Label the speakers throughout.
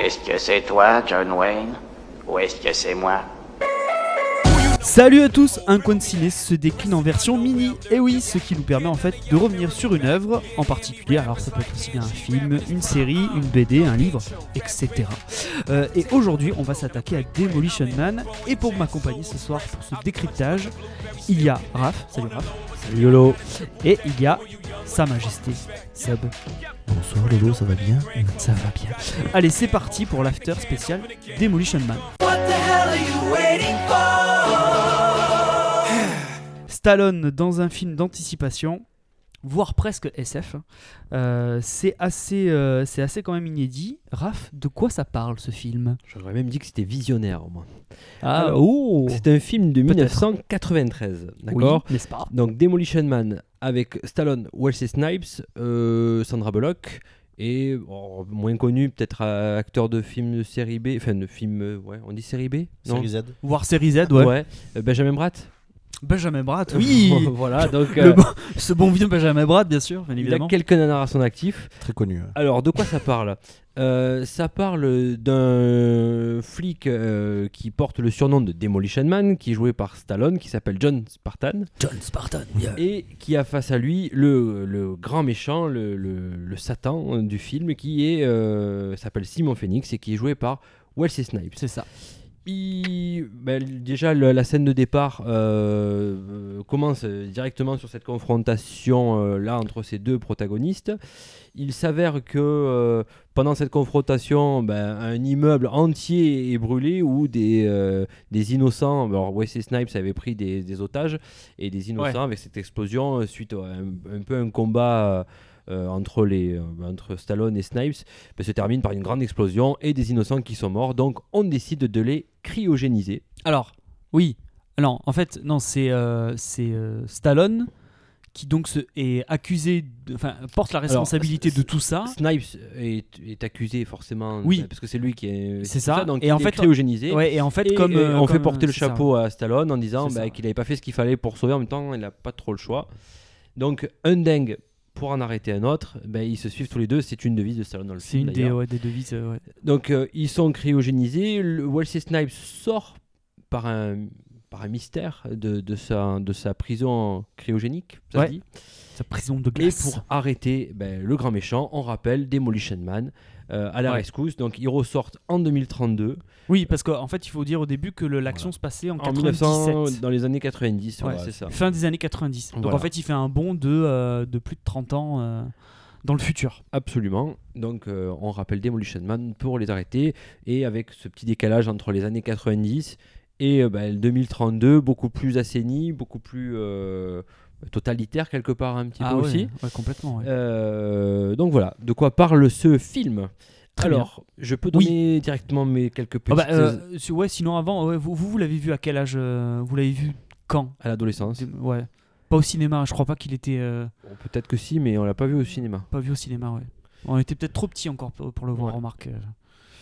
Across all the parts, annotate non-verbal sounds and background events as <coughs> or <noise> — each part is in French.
Speaker 1: Est-ce que c'est toi, John Wayne Ou est-ce que c'est moi
Speaker 2: Salut à tous, un coin de ciné se décline en version mini, et oui, ce qui nous permet en fait de revenir sur une œuvre en particulier, alors ça peut être aussi bien un film, une série, une BD, un livre, etc. Euh, et aujourd'hui, on va s'attaquer à Demolition Man, et pour m'accompagner ce soir pour ce décryptage, il y a Raph, salut Raph,
Speaker 3: Salut Yolo
Speaker 2: et il y a Sa Majesté, Sub,
Speaker 3: Bonsoir Lolo, ça va bien
Speaker 2: ça va bien. Allez, c'est parti pour l'after spécial Demolition Man. Stallone dans un film d'anticipation, voire presque SF. hein. Euh, c'est assez, euh, c'est assez quand même inédit. Raph, de quoi ça parle ce film
Speaker 3: J'aurais même dit que c'était visionnaire au moins.
Speaker 2: Ah,
Speaker 3: Alors,
Speaker 2: oh
Speaker 3: C'est un film de
Speaker 2: Peut-être.
Speaker 3: 1993, d'accord
Speaker 2: Oui, N'est-ce pas
Speaker 3: Donc Demolition Man avec Stallone, Wesley Snipes, euh, Sandra Bullock et oh, moins connu peut-être euh, acteur de film de série B, enfin de film, euh, ouais, on dit série B Non
Speaker 4: Série Z.
Speaker 2: Voire série Z, ouais.
Speaker 3: Euh, Benjamin Bratt
Speaker 2: Benjamin Bratt,
Speaker 3: <laughs>
Speaker 2: oui
Speaker 3: Voilà, donc
Speaker 2: Le
Speaker 3: euh,
Speaker 2: bon- Ce bon vieux Benjamin Bratt, bien sûr, bien
Speaker 3: il a
Speaker 2: évidemment.
Speaker 3: quelques nanars à son actif.
Speaker 4: Très connu. hein.
Speaker 3: Alors, de quoi ça parle Euh, Ça parle d'un flic euh, qui porte le surnom de Demolition Man, qui est joué par Stallone, qui s'appelle John Spartan,
Speaker 2: John Spartan,
Speaker 3: et qui a face à lui le, le grand méchant, le, le- le Satan euh, du film, qui est euh, s'appelle Simon Phoenix et qui est joué par Wesley Snipes.
Speaker 2: C'est ça.
Speaker 3: Il- ben, déjà, le- la scène de départ euh, euh, commence euh, directement sur cette confrontation euh, là entre ces deux protagonistes. Il s'avère que euh, pendant cette confrontation, ben, un immeuble entier est brûlé où des, euh, des innocents, alors Wesley Snipes avait pris des, des otages et des innocents avec cette explosion euh, suite à un, un peu un combat. euh, euh, entre, les, euh, entre Stallone et Snipes, ben, se termine par une grande explosion et des innocents qui sont morts. Donc on décide de les cryogéniser.
Speaker 2: Alors, oui. Alors, en fait, non, c'est euh, c'est, euh, Stallone qui donc se- est accusé, de- enfin, porte la responsabilité
Speaker 3: c- c-
Speaker 2: de tout ça.
Speaker 3: Snipes est, est accusé forcément,
Speaker 2: Ah. Oui.
Speaker 3: ben, parce que c'est lui qui est.
Speaker 2: C'est ça.
Speaker 3: donc
Speaker 2: Et
Speaker 3: il
Speaker 2: en
Speaker 3: est
Speaker 2: fait,
Speaker 3: cryogénisé.
Speaker 2: Ouais, et en fait,
Speaker 3: Et,
Speaker 2: comme
Speaker 3: euh,
Speaker 2: euh,
Speaker 3: on
Speaker 2: comme,
Speaker 3: fait porter
Speaker 2: euh,
Speaker 3: le
Speaker 2: c'est ça.
Speaker 3: chapeau à Stallone en disant
Speaker 2: C'est
Speaker 3: bah,
Speaker 2: ça.
Speaker 3: qu'il n'avait pas fait ce qu'il fallait pour sauver. En même temps, il n'a pas trop le choix. Donc un dingue pour en arrêter un autre, ben, ils se suivent tous les deux. C'est une devise de Stallone. dans le
Speaker 2: C'est
Speaker 3: film,
Speaker 2: une des,
Speaker 3: d'ailleurs.
Speaker 2: ouais, des devises. euh, ouais.
Speaker 3: Donc euh, ils sont cryogénisés. Le Wesley Snipes sort par un, par un mystère de, de, sa, de sa prison cryogénique, ça se
Speaker 2: Ouais.
Speaker 3: dit.
Speaker 2: Sa prison de
Speaker 3: Et
Speaker 2: glace.
Speaker 3: pour arrêter ben, le grand méchant, on rappelle Demolition Man euh, à la
Speaker 2: Ouais.
Speaker 3: rescousse. Donc ils ressortent en 2032,
Speaker 2: Oui, parce qu'en fait, il faut dire au début que le- l'action se passait en,
Speaker 3: en
Speaker 2: 97.
Speaker 3: 1900, dans les années 90.
Speaker 2: Ouais.
Speaker 3: ouais, c'est ça.
Speaker 2: Fin des années 90. Donc
Speaker 3: Voilà.
Speaker 2: en fait, il fait un bond de, euh, de plus de 30 ans euh, dans le futur.
Speaker 3: Absolument. Donc, euh, on rappelle Demolition Man pour les arrêter. Et avec ce petit décalage entre les années 90 et euh, ben, 2032, beaucoup plus assaini, beaucoup plus euh, totalitaire, quelque part, un petit peu
Speaker 2: Ah ouais,
Speaker 3: aussi.
Speaker 2: ouais, complètement. ouais.
Speaker 3: Euh, donc, voilà, de quoi parle ce film.
Speaker 2: Très bien.
Speaker 3: Alors, je peux
Speaker 2: Oui.
Speaker 3: donner directement mes quelques
Speaker 2: Ah
Speaker 3: petites.
Speaker 2: bah, euh, si- ouais, sinon avant, ouais, vous, vous, vous l'avez vu à quel âge euh, Vous l'avez vu quand
Speaker 3: À l'adolescence.
Speaker 2: Ouais. Pas au cinéma, je crois pas qu'il était euh,
Speaker 3: Bon, Peut-être que si, mais on l'a pas vu au cinéma.
Speaker 2: pas vu au cinéma, ouais. On était peut-être trop petits encore pour, pour le voir,
Speaker 3: Ouais.
Speaker 2: remarque. euh.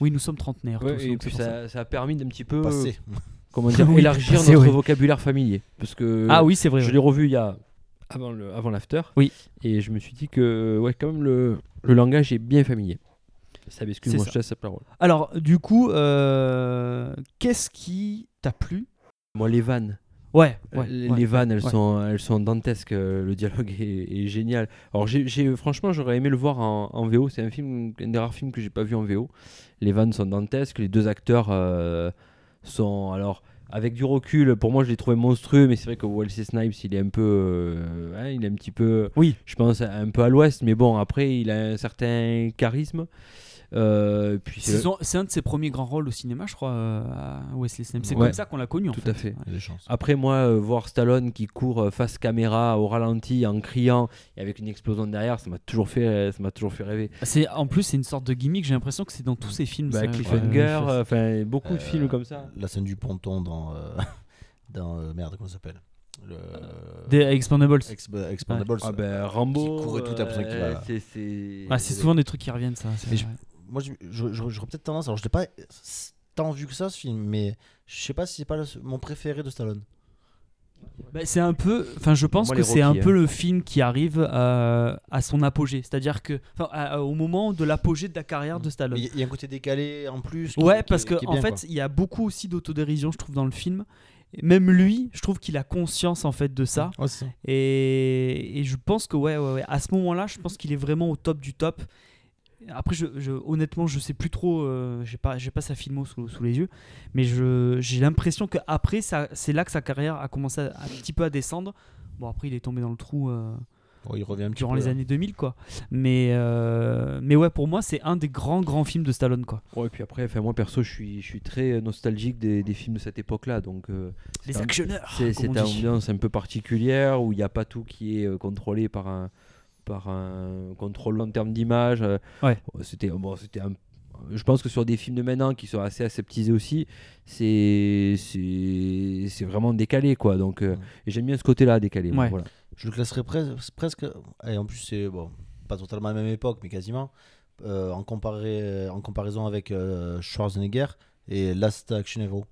Speaker 2: Oui, nous sommes trentenaires.
Speaker 3: Ouais,
Speaker 2: tous,
Speaker 3: et
Speaker 2: donc c'est
Speaker 3: puis
Speaker 2: pour ça.
Speaker 3: ça, ça a permis d'un petit peu euh,
Speaker 4: Passé. <laughs>
Speaker 3: comment
Speaker 2: <laughs>
Speaker 3: dire,
Speaker 2: Oui,
Speaker 3: élargir
Speaker 2: passer,
Speaker 3: notre
Speaker 2: ouais.
Speaker 3: vocabulaire familier. Parce que
Speaker 2: Ah oui, c'est vrai.
Speaker 3: Je
Speaker 2: ouais.
Speaker 3: l'ai revu il y a avant le avant l'after.
Speaker 2: Oui.
Speaker 3: Et je me suis dit que ouais quand même le, le langage est bien familier. Ça excuse-moi,
Speaker 2: C'est
Speaker 3: je te laisse la parole.
Speaker 2: Alors, du coup, euh, qu'est-ce qui t'a plu
Speaker 3: Moi les vannes,
Speaker 2: Ouais,
Speaker 3: euh,
Speaker 2: ouais,
Speaker 3: les,
Speaker 2: ouais.
Speaker 3: les vannes, elles
Speaker 2: ouais.
Speaker 3: sont elles sont dantesques. euh, Le dialogue est, est génial. Alors j'ai j'ai- franchement j'aurais aimé le voir en, en VO. C'est un film un des rares films que j'ai pas vu en VO. Les vannes sont dantesques. Les deux acteurs euh, sont alors. Avec du recul, pour moi, je l'ai trouvé monstrueux, mais c'est vrai que Wesley Snipes, il est un peu, euh, hein, il est un petit peu,
Speaker 2: Oui,
Speaker 3: je pense un peu à l'ouest, mais bon, après, il a un certain charisme. Euh, puis
Speaker 2: c'est son- c'est un de ses premiers grands rôles au cinéma, je crois, euh, à Wesley Snipes. C'est
Speaker 3: Ouais.
Speaker 2: comme ça qu'on l'a connu, en
Speaker 3: Tout
Speaker 2: fait.
Speaker 3: à fait.
Speaker 2: Ouais.
Speaker 4: Il y a des chances.
Speaker 3: Après, moi, euh, voir Stallone qui court euh, face caméra au ralenti en criant et avec une explosion derrière, ça m'a toujours fait, euh, ça m'a toujours fait rêver.
Speaker 2: C'est- En plus, c'est une sorte de gimmick, j'ai l'impression que c'est dans tous ses films.
Speaker 3: Bah,
Speaker 2: ça.
Speaker 3: Cliffhanger,
Speaker 2: Ouais, ouais,
Speaker 3: euh, enfin beaucoup de
Speaker 4: Euh,
Speaker 3: films comme ça.
Speaker 4: La scène du ponton dans. euh, <laughs> dans euh, merde, comment ça s'appelle Le.
Speaker 2: Des Expendables.
Speaker 4: Ex- Expendables.
Speaker 3: Ah ben Rambo.
Speaker 4: qui courait tout après qu'il va-
Speaker 3: euh, c'est- c'est-
Speaker 2: Ah, c'est souvent des trucs qui reviennent, ça. c'est
Speaker 4: Mais je-
Speaker 2: vrai.
Speaker 4: Moi, je- je- je- j'aurais peut-être tendance. Alors, je l'ai pas tant vu que ça, ce film, mais je sais pas si c'est pas le- mon préféré de Stallone.
Speaker 2: Bah, c'est un peu, enfin, je pense
Speaker 3: Moi,
Speaker 2: que
Speaker 3: les
Speaker 2: c'est un
Speaker 3: Rocky,
Speaker 2: peu
Speaker 3: hein.
Speaker 2: le film qui arrive à, à son apogée, c'est-à-dire que, enfin, à- à- au moment de l'apogée de la carrière de Stallone.
Speaker 4: Il y a- il y a un côté décalé en plus. qui-
Speaker 2: Ouais,
Speaker 4: qui-
Speaker 2: parce que
Speaker 4: qui est
Speaker 2: en
Speaker 4: bien,
Speaker 2: fait, il y a beaucoup aussi d'autodérision, je trouve, dans le film. Et Même lui, je trouve qu'il a conscience en fait de ça.
Speaker 4: quoi. Ouais, c'est ça.
Speaker 2: Et, et je pense que ouais, ouais, ouais. à ce moment-là, je pense qu'il est vraiment au top du top. Après, je, je- honnêtement, je sais plus trop. euh, j'ai pas, j'ai pas sa filmo sous, sous les yeux, mais je, j'ai l'impression que après, ça, c'est là que sa carrière a commencé à- un petit peu à descendre. Bon, après, il est tombé dans le trou euh,
Speaker 4: Bon, il revient un petit
Speaker 2: durant
Speaker 4: peu, hein.
Speaker 2: les
Speaker 4: là.
Speaker 2: années 2000, quoi. Mais, euh, mais ouais, pour moi, c'est un des grands, grands films de Stallone, quoi.
Speaker 3: Ouais, et puis après, enfin, moi perso, je suis, je suis très euh, nostalgique des, des films de cette époque-là. Donc, euh,
Speaker 2: Les
Speaker 3: c'est un-
Speaker 2: actionneurs.
Speaker 3: c'est
Speaker 2: comme on
Speaker 3: cette
Speaker 2: dit.
Speaker 3: ambiance un peu particulière où il n'y a pas tout qui est euh, contrôlé par un, par un contrôle en termes d'image. euh,
Speaker 2: Ouais.
Speaker 3: C'était bon, c'était un- Je pense que sur des films de maintenant qui sont assez aseptisés aussi, c'est c'est c'est vraiment décalé quoi. Donc euh,
Speaker 4: Mm.
Speaker 3: et j'aime bien ce côté-là décalé. moi,
Speaker 2: Ouais.
Speaker 3: voilà.
Speaker 4: Je le classerais pres- presque. Et en plus, c'est bon, pas totalement à la même époque, mais quasiment. Euh, en, comparé, en comparaison avec euh, Schwarzenegger et Last Action Hero.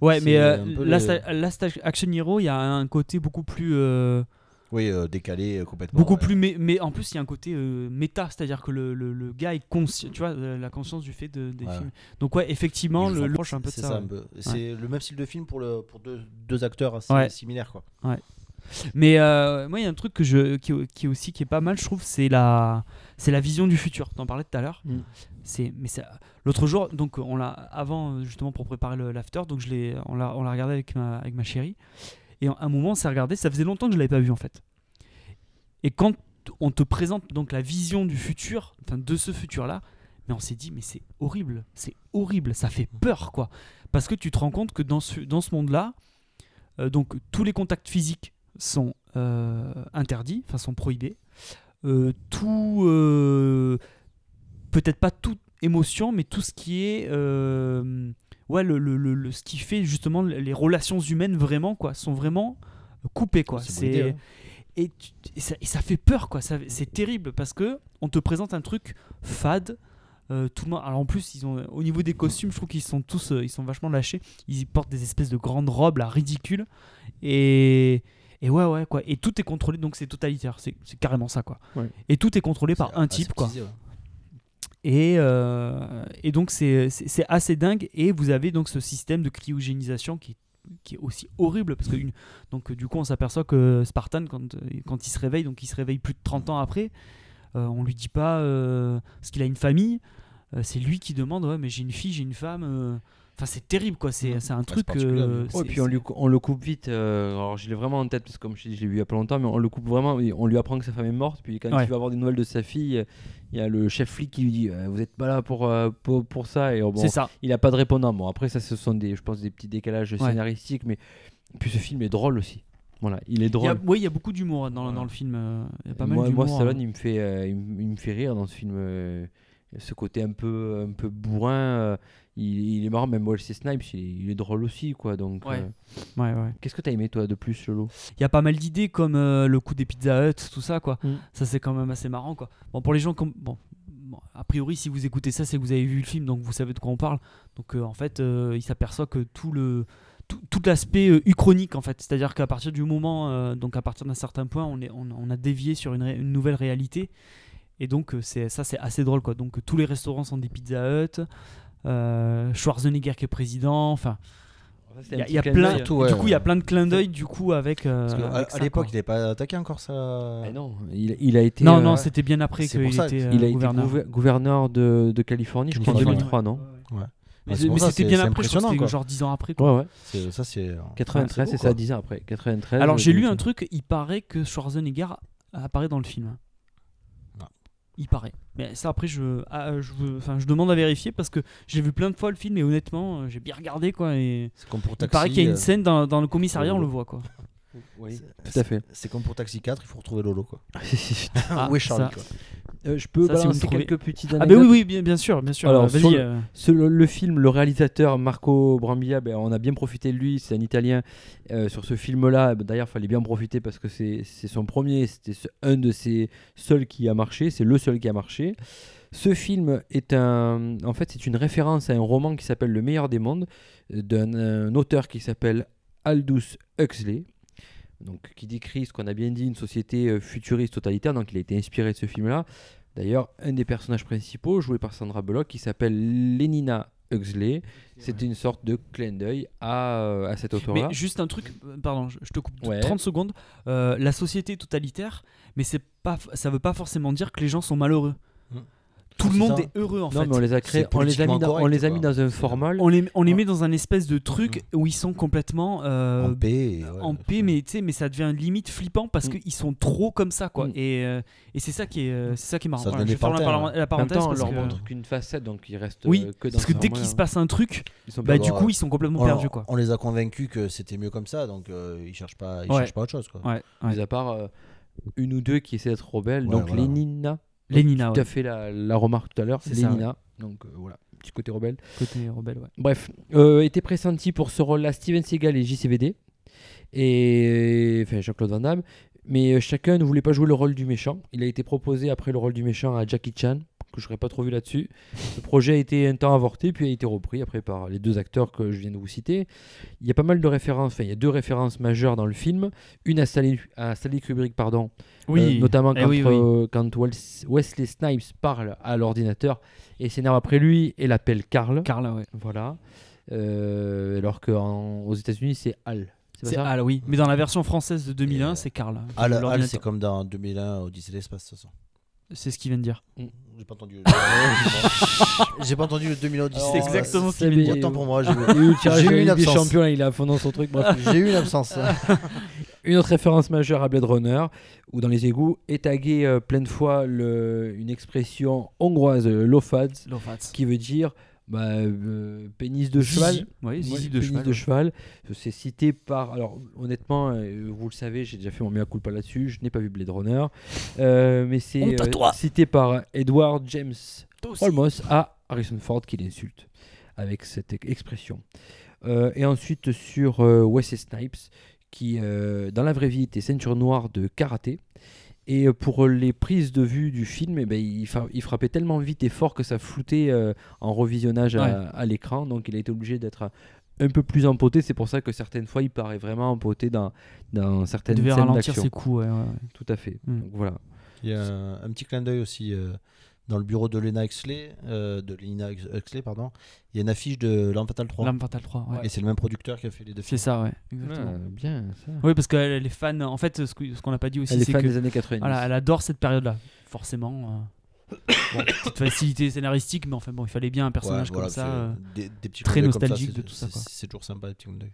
Speaker 2: Ouais, mais
Speaker 4: C'est
Speaker 2: euh,
Speaker 4: un peu le-
Speaker 2: Last, Last Action Hero, il y a un côté beaucoup plus. euh,
Speaker 4: Oui, euh, décalé euh, complètement.
Speaker 2: beaucoup
Speaker 4: ouais.
Speaker 2: plus mais, mais en plus il y a un côté euh, méta c'est à dire que le, le, le gars est conscient tu vois euh, la conscience du fait de, des
Speaker 4: Ouais.
Speaker 2: films donc ouais effectivement
Speaker 4: Il joue
Speaker 2: le,
Speaker 4: en-
Speaker 2: le proche un peu de
Speaker 4: C'est
Speaker 2: ça,
Speaker 4: ça
Speaker 2: ouais.
Speaker 4: un peu. C'est le même style de film pour, le, pour deux, deux acteurs assez
Speaker 2: Ouais.
Speaker 4: similaires. Quoi.
Speaker 2: mais euh, moi il y a un truc que je qui, qui est aussi qui est pas mal je trouve c'est la c'est la vision du futur t'en parlais tout à l'heure
Speaker 3: Mm.
Speaker 2: c'est mais ça l'autre jour donc on l'a avant euh, justement pour préparer le- l'after donc je l'ai on l'a on l'a regardé avec ma avec ma chérie et en- à un moment on s'est regardé ça faisait longtemps que je l'avais pas vu en fait et quand on te présente donc la vision du futur enfin de ce futur là mais on s'est dit mais c'est horrible c'est horrible ça fait peur quoi parce que tu te rends compte que dans ce dans ce monde là Euh, donc tous les contacts physiques sont euh, interdits, enfin sont prohibés. Euh, tout, euh, peut-être pas toute émotion, mais tout ce qui est, euh, ouais, le, le- le- le- ce qui fait justement les relations humaines vraiment quoi, sont vraiment coupées quoi.
Speaker 4: C'est une bonne idée, ouais.
Speaker 2: et, tu- et ça, et ça fait peur quoi. Ça- C'est terrible parce que on te présente un truc fade. euh, tout le monde. Alors en plus, ils ont, au niveau des costumes, je trouve qu'ils sont tous, euh, ils sont vachement lâchés. Ils portent des espèces de grandes robes là ridicules. Et et ouais ouais quoi. Et tout est contrôlé, donc c'est totalitaire. C'est c'est carrément ça quoi.
Speaker 3: Ouais.
Speaker 2: Et tout est contrôlé par
Speaker 4: C'est
Speaker 2: un type quoi. Euh,
Speaker 4: aseptisé, ouais.
Speaker 2: Et, euh, et donc c'est c'est- c'est assez dingue. Et vous avez donc ce système de cryogénisation qui, qui est aussi horrible parce que une- donc euh, du coup on s'aperçoit que Spartan quand, euh, quand il se réveille, donc il se réveille plus de 30 ans après, euh, on lui dit pas euh, parce qu'il a une famille. euh, c'est lui qui demande ouais mais j'ai une fille, j'ai une femme. euh. Enfin c'est terrible quoi. C'est c'est un truc.
Speaker 4: particulier,
Speaker 2: euh,
Speaker 4: oui.
Speaker 3: Ouais,
Speaker 2: c'est-
Speaker 3: puis on,
Speaker 2: c'est-
Speaker 3: lui cou- on le coupe vite. euh, alors je l'ai vraiment en tête parce que comme je te dis, je l'ai vu il y a pas longtemps, mais on le coupe vraiment. et On lui apprend que sa femme est morte. Puis quand
Speaker 2: Ouais.
Speaker 3: il va avoir des nouvelles de sa fille, euh, il y a le chef flic qui lui dit euh, "Vous êtes pas là pour euh, pour, pour ça." Et euh, bon,
Speaker 2: c'est ça.
Speaker 3: il a pas de répondant. Bon après ça, ce sont des, je pense, des petits décalages scénaristiques, mais puis ce film est drôle aussi. Voilà,
Speaker 2: Il
Speaker 3: il est
Speaker 2: y a-
Speaker 3: drôle.
Speaker 2: Oui, il y a beaucoup d'humour dans,
Speaker 3: Voilà.
Speaker 2: dans le film. euh, Il y a pas mal
Speaker 3: moi,
Speaker 2: d'humour. hein.
Speaker 3: moi, Stallone, il me fait, euh, il, me- il me fait rire dans ce film. euh, ce côté un peu, un peu bourrin, euh, il, il est marrant. Même Wesley Snipes, il, il est drôle aussi, quoi. Donc,
Speaker 2: Ouais.
Speaker 3: euh,
Speaker 2: Ouais, ouais.
Speaker 3: qu'est-ce que t'as aimé toi de plus, Lolo
Speaker 2: il y a pas mal d'idées comme euh, le coup des Pizza Hut, tout ça quoi.
Speaker 3: Mm.
Speaker 2: Ça c'est quand même assez marrant quoi. Bon pour les gens comme bon, bon, a priori si vous écoutez ça c'est que vous avez vu le film donc vous savez de quoi on parle. Donc euh, en fait euh, il s'aperçoit que tout le tout, tout l'aspect euh, uchronique en fait, c'est-à-dire qu'à partir du moment euh, donc à partir d'un certain point on est on, on a dévié sur une, ré- une nouvelle réalité et donc euh, c'est ça c'est assez drôle quoi. Donc euh, tous les restaurants sont des Pizza Hut. euh, Schwarzenegger qui est président, enfin, il y a, il y a plein,
Speaker 4: Surtout, ouais,
Speaker 2: du coup, il y a
Speaker 4: ouais.
Speaker 2: plein de clins d'œil du coup avec. euh,
Speaker 4: Parce que, à-
Speaker 2: avec ça,
Speaker 4: à l'époque,
Speaker 2: quoi.
Speaker 4: il n'avait pas attaqué encore ça.
Speaker 3: Ah non, il, il a été.
Speaker 2: Non,
Speaker 3: euh,
Speaker 2: non,
Speaker 4: ouais.
Speaker 2: c'était bien après
Speaker 4: C'est
Speaker 2: qu'il
Speaker 4: pour ça
Speaker 2: était, euh,
Speaker 3: il a été
Speaker 2: gouverneur.
Speaker 3: gouver- gouverneur de, de Californie, je crois, en
Speaker 4: Californie,
Speaker 3: 2003, non
Speaker 2: Mais,
Speaker 4: Ouais, c'est
Speaker 2: mais
Speaker 4: pour ça,
Speaker 2: c'était
Speaker 4: c'est-
Speaker 2: bien
Speaker 4: c'est
Speaker 2: après, je crois que
Speaker 4: impressionnant,
Speaker 2: c'était
Speaker 4: quoi.
Speaker 2: genre 10 ans après. quoi.
Speaker 3: Ouais, ouais.
Speaker 4: C'est- Ça, c'est. euh,
Speaker 3: 93,
Speaker 4: beau,
Speaker 3: c'est ça,
Speaker 4: quoi.
Speaker 3: 10 ans après. 93.
Speaker 2: Alors j'ai
Speaker 3: euh,
Speaker 2: lu un truc, il paraît que Schwarzenegger apparaît dans le film.
Speaker 4: Ah.
Speaker 2: Il paraît. Mais ça après, je, ah, euh, je, veux- enfin, je demande à vérifier parce que j'ai vu plein de fois le film et honnêtement, euh, j'ai bien regardé quoi. Et...
Speaker 4: C'est comme pour
Speaker 2: Il
Speaker 4: Taxi.
Speaker 2: paraît qu'il y a
Speaker 4: euh,
Speaker 2: une scène dans, dans le commissariat, on
Speaker 4: euh,
Speaker 2: le voit
Speaker 4: <laughs>
Speaker 2: quoi.
Speaker 3: Oui,
Speaker 4: c'est-
Speaker 3: tout à fait.
Speaker 4: C'est comme pour Taxi 4, il faut retrouver Lolo. Quoi.
Speaker 2: Ah,
Speaker 4: Où est Charlie
Speaker 2: ça.
Speaker 4: quoi.
Speaker 3: Euh, je peux
Speaker 2: Ça, si vous me
Speaker 3: balancer
Speaker 2: trouvez.
Speaker 3: quelques petites
Speaker 2: Ah
Speaker 3: anecdotes.
Speaker 2: ben oui, oui, bien, bien sûr, bien sûr.
Speaker 3: Alors,
Speaker 2: euh,
Speaker 3: sur
Speaker 2: Vas-y.
Speaker 3: le-
Speaker 2: euh,
Speaker 3: Ce- le, le film, le réalisateur Marco Brambilla, ben, on a bien profité de lui, c'est un Italien euh, sur ce film-là. ben, D'ailleurs, fallait bien en profiter parce que c'est c'est son premier, c'était ce- un de ses seuls qui a marché, c'est le seul qui a marché. Ce film est un, en fait, c'est une référence à un roman qui s'appelle Le meilleur des mondes euh, d'un euh, auteur qui s'appelle Aldous Huxley. donc, qui décrit ce qu'on a bien dit, une société euh, futuriste totalitaire. Donc, il a été inspiré de ce film-là. D'ailleurs, un des personnages principaux, joué par Sandra Bullock, qui s'appelle Lenina Huxley, c'était une sorte de clin d'œil à, euh, à cet auteur-là.
Speaker 2: Mais juste un truc, euh, pardon, je je te coupe de
Speaker 3: Ouais.
Speaker 2: 30 secondes. Euh, la société est totalitaire, mais c'est pas, ça veut pas forcément dire que les gens sont malheureux.
Speaker 4: Hmm.
Speaker 2: Tout le
Speaker 4: C'est
Speaker 2: monde
Speaker 4: ça.
Speaker 2: est heureux en
Speaker 3: Non,
Speaker 2: fait.
Speaker 3: mais on les a créés,
Speaker 4: c'est
Speaker 3: on les a mis
Speaker 4: politiquement
Speaker 3: dans, on
Speaker 4: correct,
Speaker 3: les a mis
Speaker 4: quoi.
Speaker 3: dans un formal.
Speaker 2: On les, on les
Speaker 4: Ouais.
Speaker 2: met dans un espèce de truc
Speaker 4: Mmh.
Speaker 2: où ils sont complètement euh,
Speaker 4: en paix. et ouais.
Speaker 2: en paix, mais, tu sais, mais ça devient limite flippant parce
Speaker 3: Mm.
Speaker 2: qu'ils sont trop comme ça. quoi.
Speaker 3: Mm.
Speaker 2: Et, euh, et c'est ça qui est, euh, c'est ça qui est marrant.
Speaker 4: Ça
Speaker 2: Voilà, je
Speaker 4: donne
Speaker 2: vais faire la,
Speaker 4: des
Speaker 2: par- la
Speaker 3: hein. En même
Speaker 2: parenthèse
Speaker 3: temps, on
Speaker 2: parce
Speaker 3: leur
Speaker 2: que,
Speaker 3: montre qu'une facette, donc ils restent
Speaker 2: Oui,
Speaker 3: euh, que dans
Speaker 2: parce
Speaker 3: ce
Speaker 2: que dès
Speaker 3: format-là,
Speaker 2: qu'il se
Speaker 3: ouais.
Speaker 2: passe un truc,
Speaker 3: Ils sont
Speaker 2: bah,
Speaker 3: pas-
Speaker 2: du
Speaker 4: bon,
Speaker 2: coup
Speaker 4: ouais.
Speaker 2: ils sont complètement
Speaker 4: on,
Speaker 2: perdus. quoi.
Speaker 4: on les a convaincus que c'était mieux comme ça, donc euh, ils cherchent pas, ils
Speaker 2: Ouais.
Speaker 4: cherchent pas autre chose. Quoi.
Speaker 2: Ouais, ouais.
Speaker 3: mis à part euh, une ou deux qui essaient d'être rebelles.
Speaker 4: Ouais,
Speaker 3: donc
Speaker 4: voilà.
Speaker 3: Lénina,
Speaker 2: Lénina, ouais.
Speaker 3: tu as fait la, la remarque tout à l'heure,
Speaker 2: C'est ça,
Speaker 3: Lénina. Donc euh, voilà, petit côté rebelle.
Speaker 2: côté rebelle. Ouais.
Speaker 3: Bref, euh, était pressenti pour ce rôle-là Steven Seagal et JCVD, et enfin Jean-Claude Van Damme, mais euh, chacun ne voulait pas jouer le rôle du méchant. Il a été proposé après le rôle du méchant à Jackie Chan, que je n'aurais pas trop vu là-dessus. Le projet a été un temps avorté, puis a été repris après par les deux acteurs que je viens de vous citer. Il y a pas mal de références, enfin il y a deux références majeures dans le film, une à Stanley, à Stanley Kubrick, pardon, euh, notamment
Speaker 2: Eh
Speaker 3: quand,
Speaker 2: oui, oui.
Speaker 3: euh, quand Wes- Wesley Snipes parle à l'ordinateur et s'énerve après lui et l'appelle Carl.
Speaker 2: Carla, ouais.
Speaker 3: Voilà. Euh, alors qu'aux États-Unis, c'est Al. C'est pas
Speaker 2: C'est
Speaker 3: ça
Speaker 2: Al, oui. Mais dans la version française de 2001,
Speaker 4: Et, euh,
Speaker 2: c'est Carl. hein,
Speaker 4: Al, Al,
Speaker 2: l'ordinateur.
Speaker 4: c'est comme dans 2001 Odyssée de l'espace, de toute façon.
Speaker 2: C'est ce qu'il vient de dire.
Speaker 4: J'ai pas entendu.
Speaker 2: <laughs>
Speaker 4: le- J'ai pas entendu le 2001 Odyssée.
Speaker 3: Alors,
Speaker 2: c'est
Speaker 4: de l'espace.
Speaker 2: exactement ce
Speaker 3: c'est
Speaker 2: qu'il vient de
Speaker 3: bien.
Speaker 2: dire.
Speaker 4: Autant pour moi, j'ai
Speaker 3: Il y a eu le tirage
Speaker 4: <laughs>
Speaker 3: de
Speaker 4: J'ai eu
Speaker 3: la
Speaker 4: une
Speaker 3: Ligue des
Speaker 4: absence.
Speaker 3: champions, là, il a fondé son truc.
Speaker 4: <laughs>
Speaker 3: bref.
Speaker 4: j'ai eu une absence.
Speaker 3: Une autre référence majeure à Blade Runner, où dans les égouts est tagué euh, plein de fois le- une expression hongroise, euh, lofads,
Speaker 2: Lofats.
Speaker 3: qui veut dire bah, euh, pénis de cheval.
Speaker 2: Oui,
Speaker 3: Ouais,
Speaker 2: zizi de
Speaker 3: pénis
Speaker 2: cheval.
Speaker 3: de
Speaker 2: ouais.
Speaker 3: cheval. C'est cité par. Alors, honnêtement, euh, vous le savez, j'ai déjà fait mon mea culpa là-dessus. Je n'ai pas vu Blade Runner. Euh, mais c'est
Speaker 2: Honte à toi.
Speaker 3: cité par Edward James
Speaker 2: Toi aussi.
Speaker 3: Olmos à Harrison Ford qui l'insulte avec cette e- expression. Euh, et ensuite, sur euh, Wesley Snipes, qui, euh, dans la vraie vie, était ceinture noire de karaté. Et euh, pour les prises de vue du film, eh ben, il, fa- il frappait tellement vite et fort que ça floutait euh, en revisionnage à-
Speaker 2: Ouais.
Speaker 3: à, l'écran. Donc il a été obligé d'être euh, un- un peu plus empoté. C'est pour ça que certaines fois, il paraît vraiment empoté dans, dans
Speaker 2: Il
Speaker 3: certaines
Speaker 2: devait
Speaker 3: scènes
Speaker 2: ralentir
Speaker 3: d'action.
Speaker 2: ses coups. ouais, ouais, ouais.
Speaker 3: Tout à fait.
Speaker 2: Mm.
Speaker 3: Donc, voilà.
Speaker 4: Il y a un, un petit clin d'œil aussi euh, dans le bureau de Lena Huxley, euh, de Lena Hux- Huxley, pardon. Il y a une affiche de L'Arme Fatale 3.
Speaker 2: L'arme fatale 3. ouais.
Speaker 4: Et c'est le même producteur qui a fait les deux
Speaker 2: C'est
Speaker 4: films.
Speaker 2: ça, ouais. Exactement.
Speaker 3: Ah, bien, ça.
Speaker 2: Oui, parce qu'elle elle est fan. En fait, ce que- ce qu'on n'a pas dit aussi,
Speaker 3: Elle est
Speaker 2: c'est
Speaker 3: fan
Speaker 2: que
Speaker 3: des années 90.
Speaker 2: voilà, elle adore cette période-là. Forcément. euh, <coughs> bon, petite facilité scénaristique, mais enfin bon, il fallait bien un personnage
Speaker 4: Ouais, voilà,
Speaker 2: comme ça.
Speaker 4: c'est
Speaker 2: euh,
Speaker 4: des, des petits
Speaker 2: très
Speaker 4: clins d'œil comme ça,
Speaker 2: nostalgique
Speaker 4: c'est-
Speaker 2: de tout ça,
Speaker 4: c'est-
Speaker 2: quoi.
Speaker 4: C'est toujours sympa, les petits clins d'œil.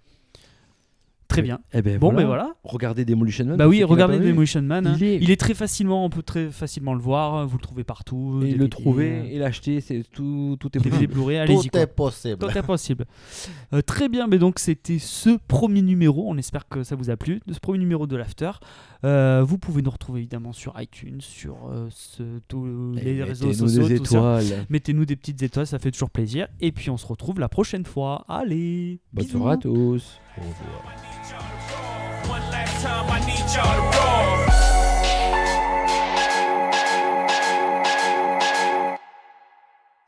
Speaker 2: Très bien.
Speaker 3: Eh ben,
Speaker 2: Bon, mais voilà.
Speaker 3: Regardez Demolition Man.
Speaker 2: Bah
Speaker 3: pour
Speaker 2: oui,
Speaker 3: ceux qui l'ont
Speaker 2: regardez
Speaker 3: pas vu.
Speaker 2: Demolition Man. hein.
Speaker 3: Il est-
Speaker 2: Il est très facilement, on peut très facilement le voir. Vous le trouvez partout.
Speaker 3: Et
Speaker 2: DVD,
Speaker 3: le
Speaker 2: euh,
Speaker 3: trouver et l'acheter, c'est tout, tout <laughs> est
Speaker 2: DVD
Speaker 3: possible.
Speaker 2: Blu-ray,
Speaker 4: Tout
Speaker 2: allez-y. quoi.
Speaker 4: est possible.
Speaker 2: Tout est possible. Euh, très bien, mais donc c'était ce premier numéro. On espère que ça vous a plu, de ce premier numéro de l'After. Euh, vous pouvez nous retrouver évidemment sur iTunes, sur euh, ce- tous
Speaker 3: Et
Speaker 2: les réseaux
Speaker 3: mettez-nous
Speaker 2: sociaux.
Speaker 3: des
Speaker 2: tout ça.
Speaker 3: étoiles.
Speaker 2: Mettez-nous des petites étoiles, ça fait toujours plaisir. Et puis on se retrouve la prochaine fois. Allez,
Speaker 3: Bonne
Speaker 2: bisous.
Speaker 3: soirée à tous.
Speaker 5: One last time, I need y'all to roll.